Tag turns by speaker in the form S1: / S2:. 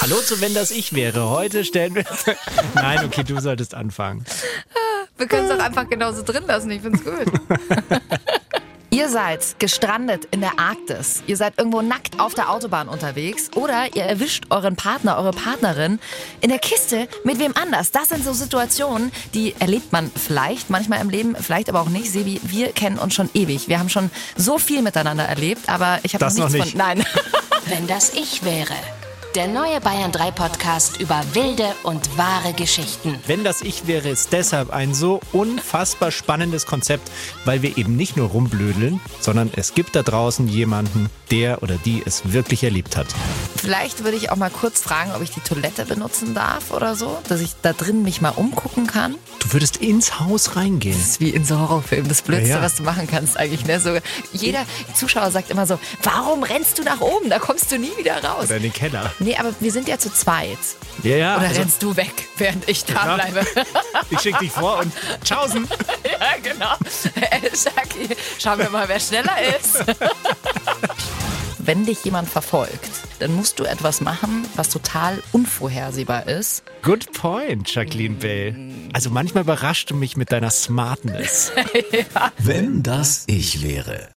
S1: Hallo zu Wenn das ich wäre. Heute stellen wir. Nein, okay, du solltest anfangen.
S2: Wir können es auch einfach genauso drin lassen. Ich find's gut. Ihr seid gestrandet in der Arktis. Ihr seid irgendwo nackt auf der Autobahn unterwegs oder ihr erwischt euren Partner, eure Partnerin in der Kiste mit wem anders. Das sind so Situationen, die erlebt man vielleicht manchmal im Leben, vielleicht aber auch nicht. Sebi, wir kennen uns schon ewig. Wir haben schon so viel miteinander erlebt, aber ich habe
S1: Das
S2: noch nichts
S1: noch nicht.
S2: von. Nein.
S3: Wenn das ich wäre. Der neue Bayern 3 Podcast über wilde und wahre Geschichten.
S1: Wenn das ich wäre, ist deshalb ein so unfassbar spannendes Konzept, weil wir eben nicht nur rumblödeln, sondern es gibt da draußen jemanden, der oder die es wirklich erlebt hat.
S2: Vielleicht würde ich auch mal kurz fragen, ob ich die Toilette benutzen darf oder so, dass ich da drin mich mal umgucken kann.
S1: Du würdest ins Haus reingehen.
S2: Das ist wie in so Horrorfilmen das Blödste,
S1: Ja, ja.
S2: was du machen kannst eigentlich. Ne? So, jeder Zuschauer sagt immer so, warum rennst du nach oben? Da kommst du nie wieder raus.
S1: Oder in den Keller.
S2: Nee, aber wir sind ja zu zweit.
S1: Ja, ja.
S2: Oder
S1: also,
S2: rennst du weg, während ich da
S1: Ja.
S2: bleibe?
S1: ich schicke dich vor und tschaußen.
S2: ja, genau. Äh, Shaki, Schauen wir mal, wer schneller ist. Wenn dich jemand verfolgt, dann musst du etwas machen, was total unvorhersehbar ist.
S1: Good point, Jacqueline Bell. Also manchmal überrascht du mich mit deiner Smartness.
S4: Wenn das ich wäre.